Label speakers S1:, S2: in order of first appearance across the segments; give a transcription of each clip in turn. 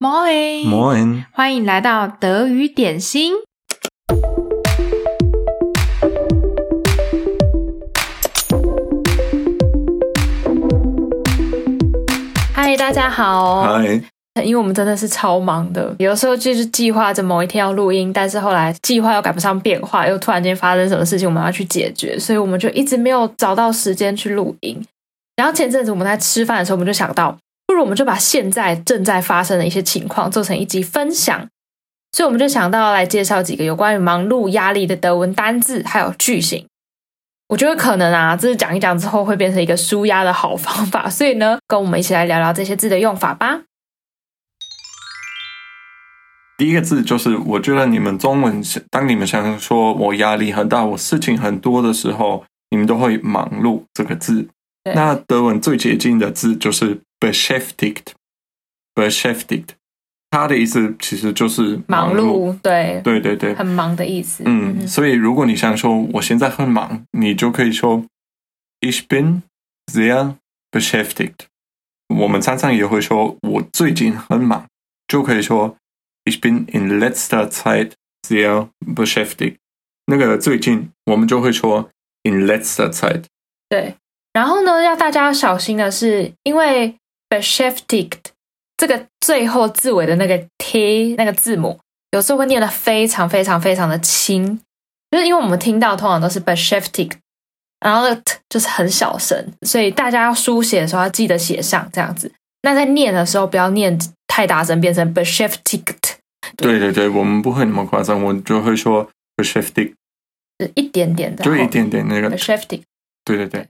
S1: Moin，
S2: Moin，
S1: 欢迎来到德语点心。嗨，大家好。
S2: 嗨，
S1: 因为我们真的是超忙的，有的时候就是计划着某一天要录音，但是后来计划又赶不上变化，又突然间发生什么事情，我们要去解决，所以我们就一直没有找到时间去录音。然后前阵子我们在吃饭的时候，我们就想到，不如我们就把现在正在发生的一些情况做成一集分享。所以我们就想到来介绍几个有关于忙碌、压力的德文单字，还有句型。我觉得可能啊，这讲一讲之后会变成一个舒压的好方法。所以呢，跟我们一起来聊聊这些字的用法吧。
S2: 第一个字就是，我觉得你们中文想，当你们想说我压力很大，我事情很多的时候，你们都会忙碌这个字。
S1: 对
S2: 那德文最接近的字就是 beschäftigt。beschäftigt，它的意思其实就是
S1: 忙碌，对，
S2: 对对对，
S1: 很忙的意思。
S2: 嗯，所以如果你想说我现在很忙，你就可以说 Ich bin sehr beschäftigt。我们常常也会说我最近很忙，就可以说 Ich bin in letzter Zeit sehr beschäftigt。那个最近我们就会说 in letzter Zeit。
S1: 对。然后呢，要大家要小心的是，因为 beschäftigt 这个最后字尾的那个 t 那个字母，有时候会念得非常非常非常的轻，就是因为我们听到通常都是 beschäftigt，然后那个 t 就是很小声，所以大家要书写的时候要记得写上这样子。那在念的时候不要念太大声，变成 beschäftigt，
S2: 对对对，我们不会那么夸张，我就会说 beschäftigt，
S1: 就是一点点的，
S2: 就一点点那个。
S1: beschäftigt。
S2: 对对对，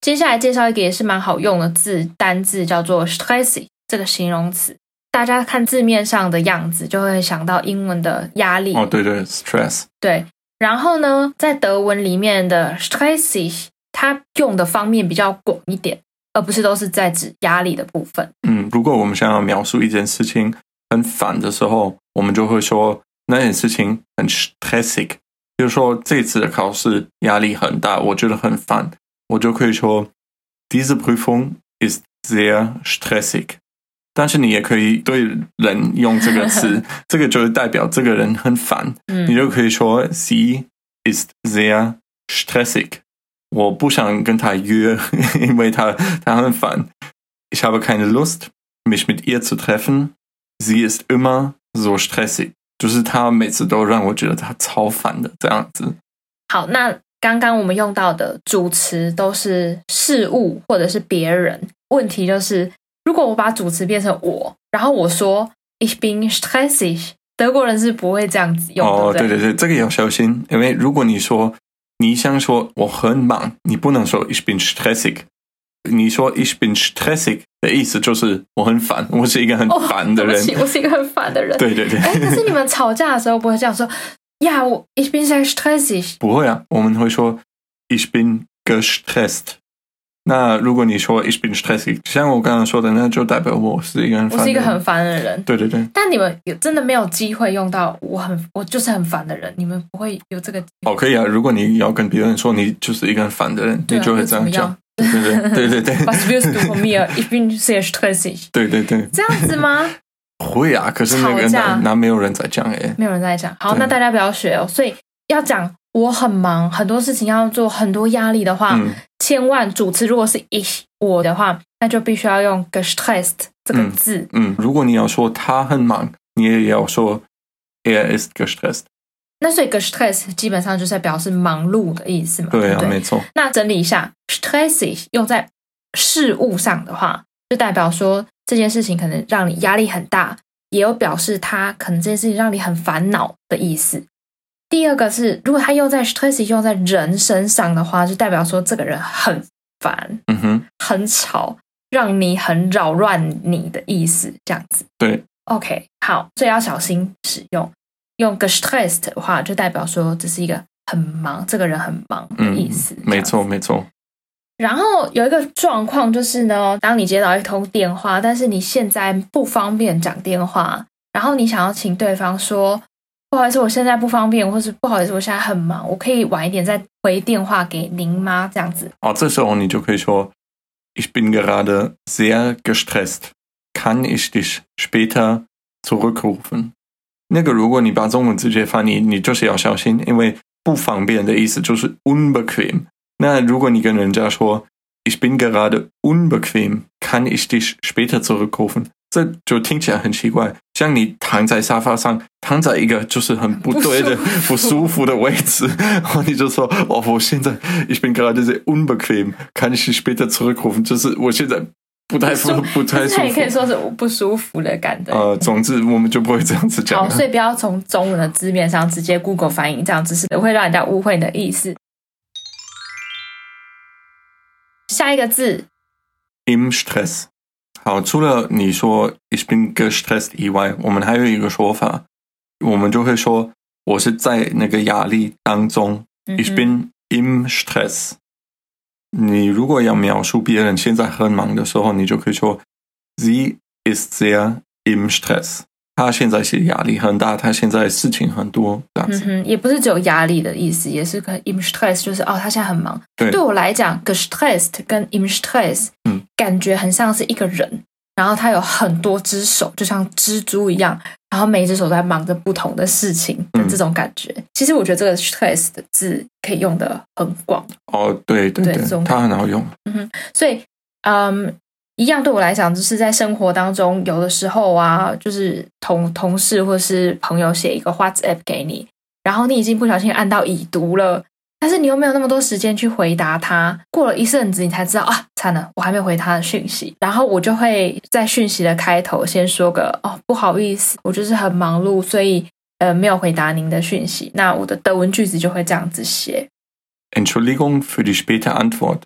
S1: 接下来介绍一个也是蛮好用的字单字，叫做 stressy 这个形容词。大家看字面上的样子，就会想到英文的压力。
S2: 哦对对，stress。
S1: 对，然后呢，在德文里面的 stressy，它用的方面比较广一点，而不是都是在指压力的部分。
S2: 嗯，如果我们想要描述一件事情很烦的时候，我们就会说那件事情很 stressing。比如说这次的考试压力很大，我觉得很烦，我就可以说 diese Prüfung ist sehr stressig。但是你也可以对人用这个词，这个就是代表这个人很烦，你
S1: 嗯，
S2: 就可以说 sie ist sehr stressig。我不想跟他约， 因为他他很烦。Ich habe keine Lust, mich mit ihr zu treffen. Sie ist immer so stressig。就是他每次都让我觉得他超烦的这样子。
S1: 好，那刚刚我们用到的主词都是事物或者是别人。问题就是，如果我把主词变成我，然后我说 ich bin stressig，德国人是不会这样子用，
S2: 哦，
S1: 对
S2: 对
S1: 不对？
S2: 对对，这个要小心，因为如果你说你想说我很忙，你不能说 ich bin stressig。你说 ich bin stressig 的意思就是我很烦，我是一个很
S1: 哦
S2: 烦
S1: 对
S2: 的
S1: 不
S2: 人。
S1: 起， 我是一个很烦的人。
S2: 对对对。
S1: 哎，可是你们吵架的时候不会这样说呀？我 ich bin sehr stressig，
S2: 不会啊，我们会说 Ich bin gestresst。那如果你说 Ich bin stressig，像我刚刚说的，那就代表我是一个很
S1: 我
S2: 烦的人
S1: 是一个很烦的人。
S2: 对对对。
S1: 但你们有真的没有机会用到我很我就是很烦的人，你们不会有这个机会。
S2: 哦，可以啊。如果你要跟别人说你就是一个很烦的人，
S1: 对啊
S2: 你就会这
S1: 那怎么
S2: 样讲
S1: 样。
S2: 对对对对对
S1: Was
S2: 对
S1: willst du von mir? Ich bin sehr stressig。
S2: 对对对，
S1: 这样子吗？
S2: 会啊。可是那个
S1: 吵架
S2: 那那没有人在讲哎、
S1: 没有人在讲。好，
S2: 对
S1: 那大家不要学哦。所以要讲我很忙，很多事情要做，很多压力的话，
S2: 嗯
S1: 千万主词如果是 ich 我的话，那就必须要用 gestresst 这个字。
S2: 嗯，如果你要说他很忙，你也要说 Er ist gestresst。
S1: 那所以 gestresst 基本上就是在表示忙碌的意思嘛。
S2: 对
S1: 不
S2: 啊，没错。
S1: 那整理一下，stressy 用在事物上的话，就代表说这件事情可能让你压力很大，也有表示它可能这件事情让你很烦恼的意思。第二个是，如果它用在 stressy 用在人身上的话，就代表说这个人很烦、
S2: 嗯哼，
S1: 很吵，让你很扰乱你的意思，这样子。
S2: 对。
S1: OK，好，所以要小心使用。用个 stressed 的话，就代表说这是一个很忙，这个人很忙的
S2: 嗯
S1: 意思。，
S2: 没
S1: 这样子
S2: 错没错。
S1: 然后有一个状况就是呢，当你接到一通电话，但是你现在不方便讲电话，然后你想要请对方说不好意思，我现在不方便，或是不好意思，我现在很忙，我可以晚一点再回电话给您吗？这样子，
S2: 哦，这时候你就可以说 Ich bin gerade sehr gestresst。 kann ich dich später zurückrufen。那个，如果你把中文直接翻译，你就是要小心，因为不方便的意思就是 unbequem。那如果你跟人家说 “Ich bin gerade unbequem”，kann ich dich später zurückrufen，这就听起来很奇怪，像你躺在沙发上，躺在一个就是很不对的、不
S1: 不舒服
S2: 舒服的位置，然后你就说：“哦，我现在 ich bin gerade sehr unbequem，kann ich dich später zurückrufen？” 就是我现在不太舒，不 太
S1: 但是
S2: 舒
S1: 它也可以
S2: 服。
S1: 说是我不舒服的感觉。
S2: 呃，总之我们就不会这样子讲
S1: 好，
S2: 了。
S1: 所以不要从中文的字面上直接 Google 翻译，这样只是会让人家误会你的意思。下一个字
S2: im Stress。好，除了你说 ich bin gestresst 以外，我们还有一个说法，我们就会说我是在那个压力当中。
S1: 嗯哼
S2: ich bin im Stress。你如果要描述别人现在很忙的时候，你就可以说 sie ist sehr im Stress。他现在是压力很大，他现在事情很多，这样
S1: 嗯
S2: 子。
S1: 哼，也不是只有压力的意思，也是可能 im stress 就是哦，他现在很忙。
S2: 对
S1: 我来讲，gestressed 跟 im stress，
S2: 嗯，
S1: 感觉很像是一个人，然后他有很多只手，就像蜘蛛一样，然后每一只手都在忙着不同的事情的
S2: 嗯
S1: 这种感觉。其实我觉得这个 stress 的字可以用的很广，
S2: 哦，对对
S1: 对
S2: 对
S1: 这，种
S2: 他很好用。
S1: 所以，嗯，一样对我来讲，就是在生活当中，有的时候啊，就是同同事或是朋友写一个 WhatsApp 给你，然后你已经不小心按到已读了，但是你又没有那么多时间去回答他。过了一阵子，你才知道啊，惨了，我还没回他的讯息。然后我就会在讯息的开头先说个哦，不好意思，我就是很忙碌，所以。呃，没有回答您的讯息，那我的德文句子就会这样子写。
S2: Entschuldigung für die späte Antwort.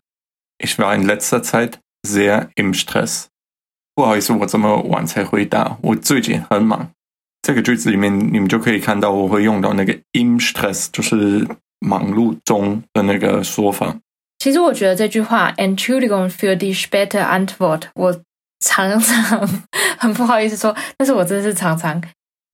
S2: Ich war in letzter Zeit sehr im Stress. 不好意思，我这么晚才回答，我最近很忙。这个句子里面，你们就可以看到我会用到那个 im Stress，就是忙碌中的那个说法。
S1: 其实我觉得这句话 “Entschuldigung für die späte Antwort”，我常常很不好意思说，但是我真的是常常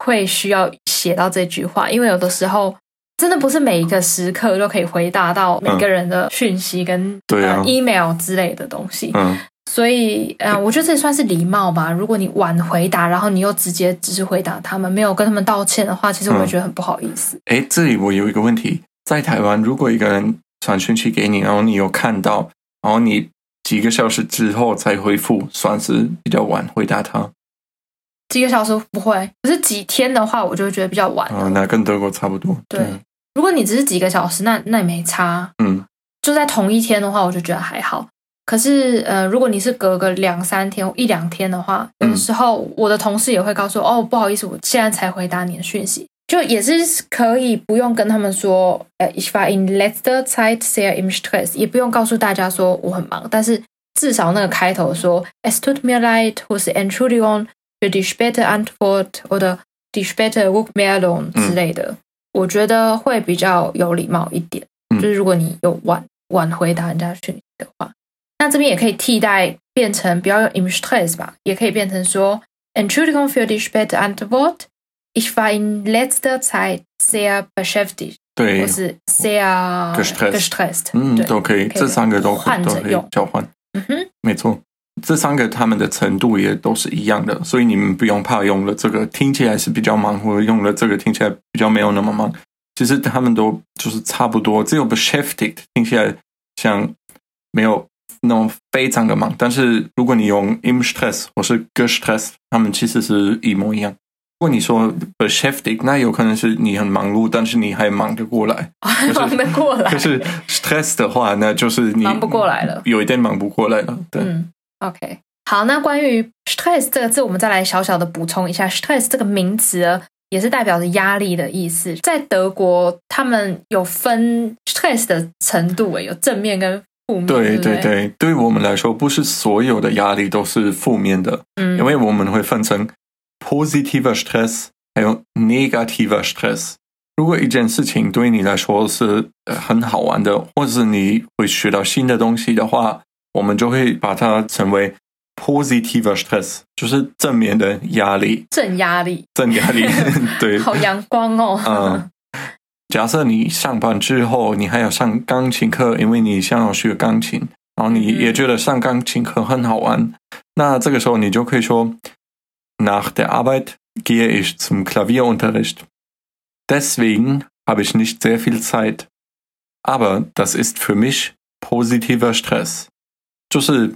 S1: 会需要写到这句话，因为有的时候真的不是每一个时刻都可以回答到每个人的讯息跟、
S2: 对啊
S1: 呃 email 之类的东西，
S2: 嗯，
S1: 所以呃，我觉得这也算是礼貌吧。如果你晚回答，然后你又直接只是回答他们，没有跟他们道歉的话，其实我会觉得很不好意思。
S2: 哎，这里我有一个问题，在台湾，如果一个人传讯息给你，然后你有看到，然后你几个小时之后才回复，算是比较晚回答他。
S1: 几个小时不会，可是几天的话，我就会觉得比较晚了。
S2: 啊、那跟德国差不多。
S1: 对，如果你只是几个小时，那那也没差。啊
S2: 嗯。
S1: 就在同一天的话，我就觉得还好。可是，呃，如果你是隔个两三天、一两天的话，有的时候我的同事也会告诉我，哦，不好意思，我现在才回答你的讯息，就也是可以不用跟他们说，呃，ich war in letzter Zeit sehr im Stress，也不用告诉大家说我很忙，但是至少那个开头说，es tut mir leid，或是 Entschuldigung für die späte Antwort 或者 die späte Rückmeldung 之类的，我觉得会比较有礼貌一点。
S2: 嗯
S1: 就是如果你有晚晚回答人家讯息的话，那这边也可以替代变成不要用 im Stress 吧，也可以变成说 Entschuldigung für die späte Antwort. Ich war in letzter Zeit sehr beschäftigt，
S2: 对，
S1: 或是 sehr
S2: Gestresst Mhm,
S1: gestresst Genau.
S2: 嗯，
S1: 对，
S2: 都可以，
S1: 可以
S2: 这三个都
S1: 换
S2: 都
S1: 着
S2: 可以
S1: 用
S2: 交换，
S1: 嗯哼，
S2: 没错。这三个他们的程度也都是一样的，所以你们不用怕用了这个听起来是比较忙，或者用了这个听起来比较没有那么忙。其实他们都就是差不多，只有 beschäftigt 听起来像没有那种非常的忙，但是如果你用 im stress 或是 gestress，他们其实是一模一样。如果你说 beschäftigt，那有可能是你很忙碌，但是你还忙得过 来。是
S1: 忙得过 来
S2: 可，是 stress 的话，那就是你
S1: 忙不过来了
S2: 有一点忙不过来了。对，
S1: 嗯，OK。好，那关于 stress 这个字，我们再来小小的补充一下，stress 这个名词呢也是代表着压力的意思。在德国，他们有分 stress 的程度，诶，有正面跟负面，
S2: 对
S1: 不
S2: 对对，对我们来说，不是所有的压力都是负面的，
S1: 嗯，
S2: 因为我们会分成 positiver Stress 还有 negativer Stress。如果一件事情对你来说是呃很好玩的，或者是你会学到新的东西的话，我们就会把它成为 positiver Stress，就是正面的压力，
S1: 正压力，
S2: 正压 力。对，
S1: 好阳光哦，
S2: 嗯， 假设你上班之后，你还要上钢琴课，因为你想要学钢琴，然后你
S1: 嗯
S2: 也觉得上钢琴课很好玩，那这个时候你就可以说 Nach der Arbeit gehe ich zum Klavierunterricht. Deswegen habe ich nicht sehr viel Zeit. Aber das ist für mich positiver Stress.就是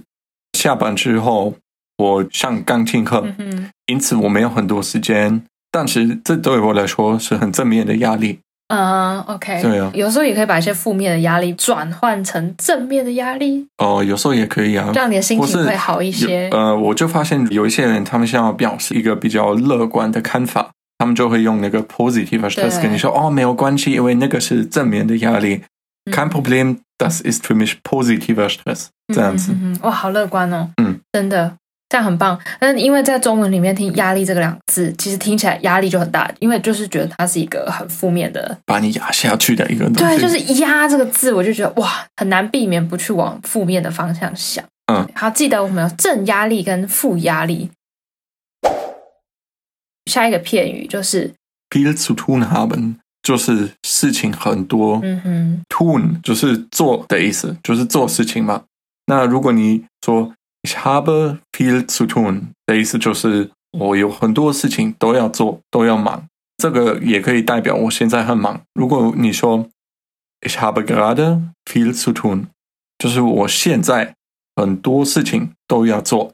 S2: 下班之后我上钢琴课，
S1: 嗯哼，
S2: 因此我没有很多时间。但是这对我来说是很正面的压力。
S1: 嗯，OK，
S2: 对啊
S1: 有时候也可以把一些负面的压力转换成正面的压力，
S2: 哦、有时候也可以啊。
S1: 让你的心
S2: 或
S1: 情
S2: 是
S1: 会好一
S2: 有
S1: 些。
S2: 呃，我就发现有一些人，他们想要表示一个比较乐观的看法，他们就会用那个 positive stress 跟你说，哦，没有关系，因为那个是正面的压力。
S1: 嗯
S2: Kein Problem, das ist für mich positiver Stress。这样子，
S1: 嗯嗯嗯嗯哇，好乐观哦，
S2: 嗯，
S1: 真的，这样很棒。但因为在中文里面听“压力”这个两个字，其实听起来压力就很大，因为就是觉得它是一个很负面的，
S2: 把你压下去的一个东
S1: 嗯
S2: 西。
S1: 对，就是“压”这个字，我就觉得哇，很难避免不去往负面的方向想。
S2: 嗯，
S1: 好，记得我们有正压力跟负压力。下一个片语就是，
S2: viel zu tun haben，就是事情很多。
S1: 嗯哼，
S2: tun 就是做的意思，就是做事情嘛。那如果你说 ich habe viel zu tun 的意思就是我有很多事情都要做，都要忙。这个也可以代表我现在很忙。如果你说 ich habe gerade viel zu tun，就是我现在很多事情都要做。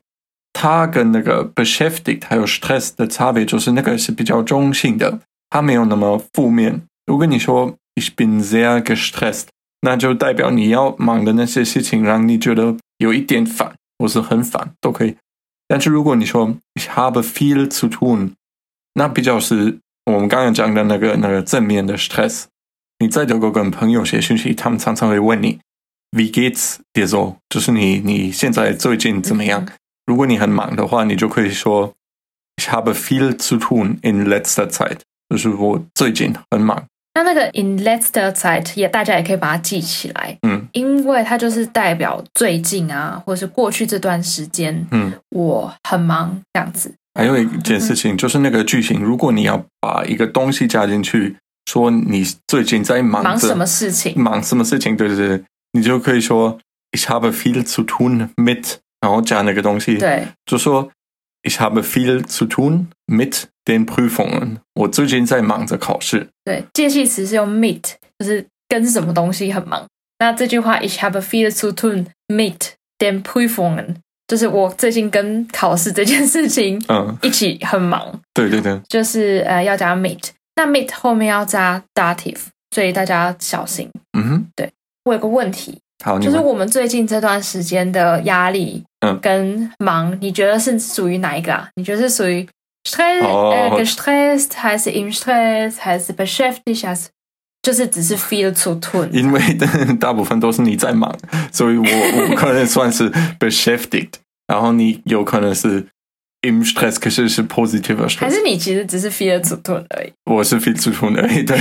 S2: 它跟那个 beschäftigt 还有 stress 的差别就是那个是比较中性的，它没有那么负面。如果你说 ich bin sehr gestresst，那就代表你要忙的那些事情让你觉得有一点烦，或是很烦都可以。但是如果你说 ich habe viel zu tun，那比较是我们刚刚讲的那个那个正面的 stress。你在德国跟朋友写讯息，他们常常会问你 wie geht's dir so，就是你你现在最近怎么样？如果你很忙的话，你就可以说 ich habe viel zu tun in letzter Zeit，就是我最近很忙。
S1: 那那个 in letzter Zeit 也大家也可以把它记起来，
S2: 嗯
S1: 因为它就是代表最近啊，或者是过去这段时间，
S2: 嗯，
S1: 我很忙这样子。
S2: 还有一
S1: 嗯
S2: 件事情就是那个句型，如果你要把一个东西加进去，说你最近在忙着嗯
S1: 忙什么事情？
S2: 忙什么事情，对对对，你就可以说 ich habe viel zu tun mit，然后加那个东西，
S1: 对，
S2: 就说 ich habe viel zu tun mit den Prüfungen，我最近在忙着考试。
S1: 对，介系词是用 meet，就是跟什么东西很忙。那这句话 ich habe viel zu tun mit den Prüfungen，就是我最近跟考试这件事情
S2: 嗯，
S1: 一起很忙，
S2: 对对对，
S1: 就是呃要加 mit。那 mit 后面要加 dative，所以大家小心。
S2: 嗯哼，
S1: 我有个问题，
S2: 好，你
S1: 就是
S2: 们
S1: 我们最近这段时间的压力，
S2: 嗯
S1: 跟忙，你觉得是属于哪一个啊？你觉得是属于 stress，、
S2: 哦
S1: 呃，gestresst，还是 im Stress，还是 beschäftigt，还是就是只是 feel to tun？
S2: 因为 大部分都是你在忙，所以我我可能算是 beschäftigt，然后你有可能是 im Stress，可是是 positive
S1: 还
S2: Stress，
S1: 是你其实只是 feel to tun 而已？
S2: 我是 fit 出出的，哎 对，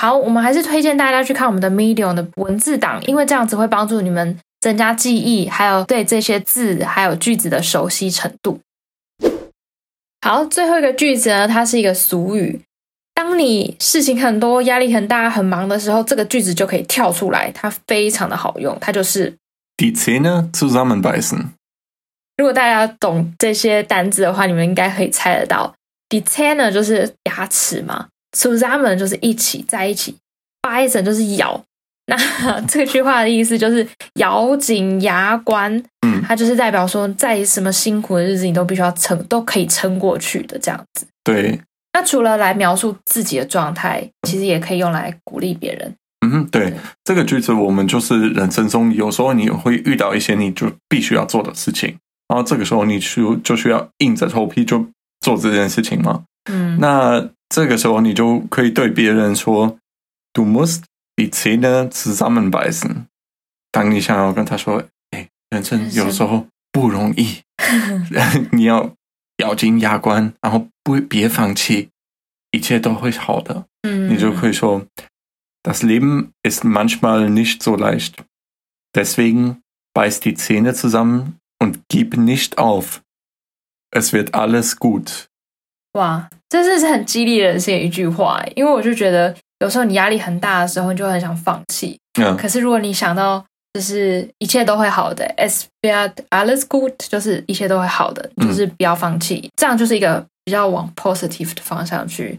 S1: 好，我们还是推荐大家去看我们的 Medium 的文字档，因为这样子会帮助你们增加记忆，还有对这些字还有句子的熟悉程度。好，最后一个句子呢，它是一个俗语。当你事情很多、压力很大、很忙的时候，这个句子就可以跳出来，它非常的好用。它就是
S2: die Zähne zusammenbeißen，
S1: 如果大家懂这些单字的话，你们应该可以猜得到。d e t a i n 就是牙齿嘛 s u z a m e n 就是一起在一起 b i s o n 就是咬。 那这句话的意思就是咬紧牙关，
S2: 嗯，
S1: 它就是代表说，在什么辛苦的日子，你都必须要撑，都可以撑过去的这样子。
S2: 对，
S1: 那除了来描述自己的状态，其实也可以用来鼓励别人。
S2: 嗯哼，对，这个句子我们就是人生中有时候你会遇到一些你就必须要做的事情，然后这个时候你需就需要硬着头皮就做这件事情嘛，
S1: 嗯，
S2: 那这个时候你就可以对别人说，Du musst die Zähne zusammenbeißen。当你想要跟他说，哎，人生有时候不容易， 你要咬紧牙关，然后不别放弃，一切都会好的。
S1: 嗯
S2: 你就可以说，Das Leben ist manchmal nicht so leicht. Deswegen beiß die Zähne zusammen und gib nicht auf. Es wird alles gut.
S1: 哇，这真是很激励人心的一句话欸，因为我就觉得有时候你压力很大的时候，你就很想放弃。
S2: 嗯
S1: 可是如果你想到就是一切都会好的，es wird alles gut，就是一切都会好的，
S2: 嗯
S1: 就是不要放弃，这样就是一个比较往 positive 的方向去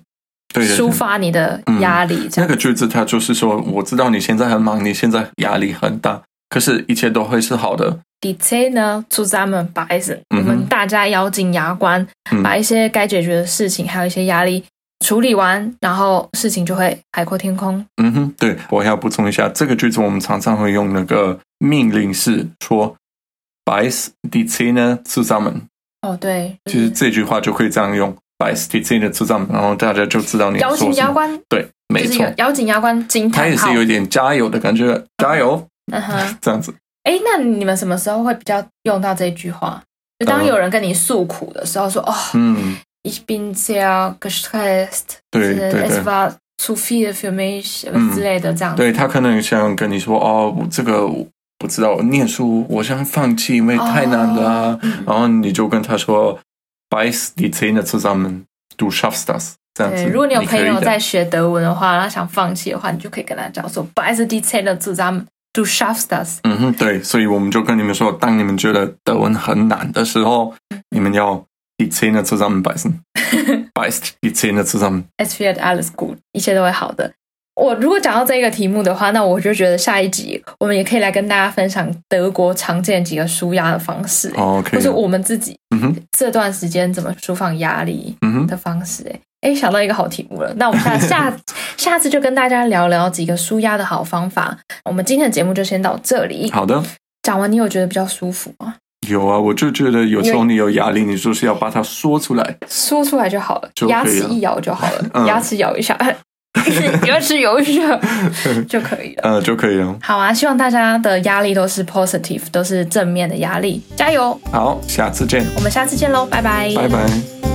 S2: 对对
S1: 抒
S2: 对。
S1: 发你的压力，这
S2: 那
S1: 样、
S2: 个句子它就是说，我知道你现在很忙，你现在压力很大，可是一切都会是好的。
S1: Die Zähne zusammenbeißen，、
S2: 嗯哼
S1: 我们大家咬紧牙关，
S2: 嗯
S1: 把一些该解决的事情，还有一些压力处理完，然后事情就会海阔天空。
S2: 嗯哼，对，我要补充一下，这个句子我们常常会用那个命令式说 “beiß die Zähne zusammen”，
S1: 哦，对，
S2: 其实这句话就可以这样用 “beiß die Zähne zusammen”，然后大家就知道你在
S1: 咬
S2: 说
S1: 紧
S2: 什
S1: 牙
S2: 么。
S1: 关，
S2: 对，
S1: 就
S2: 没
S1: 是一
S2: 错
S1: 个，咬紧牙关惊
S2: 它
S1: 叹
S2: 也
S1: 号
S2: 是。有一点加油的感觉，加油
S1: 嗯哼，
S2: 这样子。
S1: 哎，那你们什么时候会比较用到这句话？就当
S2: 嗯
S1: 有人跟你诉苦的时候说，哦
S2: 嗯，
S1: ，ich bin sehr gestresst，
S2: 对对对
S1: es war zu viel für mich 呃
S2: 嗯
S1: 之类的这样子。
S2: 对他可能想跟你说哦，我这个我不知道，我念书我想放弃，因为太难了啊、
S1: 哦嗯
S2: 然后你就跟他说 “beiß die Zähne zusammen”，du schaffst das。这样子
S1: 对，，如果你有
S2: 可
S1: 朋
S2: 以
S1: 友
S2: 的
S1: 在学德文的话，他想放弃的话，你就可以跟他讲说 b i s d i z e n e z u s a m m du schaffst das。
S2: 嗯哼，对，所以我们就跟你们说，当你们觉得德文很难的时候，
S1: 嗯
S2: 你们要 die Zähne zusammenbeißen，beißt die Zähne zusammen。
S1: Es wird alles gut，一切都会好的。我如果讲到这个题目的话，那我就觉得下一集我们也可以来跟大家分享德国常见几个舒压的方式，
S2: 哦 OK，
S1: 或者我们自己
S2: 嗯哼，
S1: 这段时间怎么抒放压力
S2: 嗯哼，
S1: 的方式。哎，哎，想到一个好题目了，那我们 下下下次就跟大家聊聊几个舒压的好方法。我们今天的节目就先到这里。
S2: 好的，
S1: 讲完，你有觉得比较舒服吗？
S2: 有啊，我就觉得有时候你有压力，你就是要把它说出来。
S1: 说出来就好了
S2: 就，可以
S1: 牙
S2: 了
S1: 齿一咬就好
S2: 嗯
S1: 了，牙齿咬一下， 牙齿咬一 下就可以了。
S2: 呃，就可以了。
S1: 好啊，希望大家的压力都是 positive，都是正面的压力，加油！
S2: 好，下次见，
S1: 我们下次见喽，拜拜，
S2: 拜拜。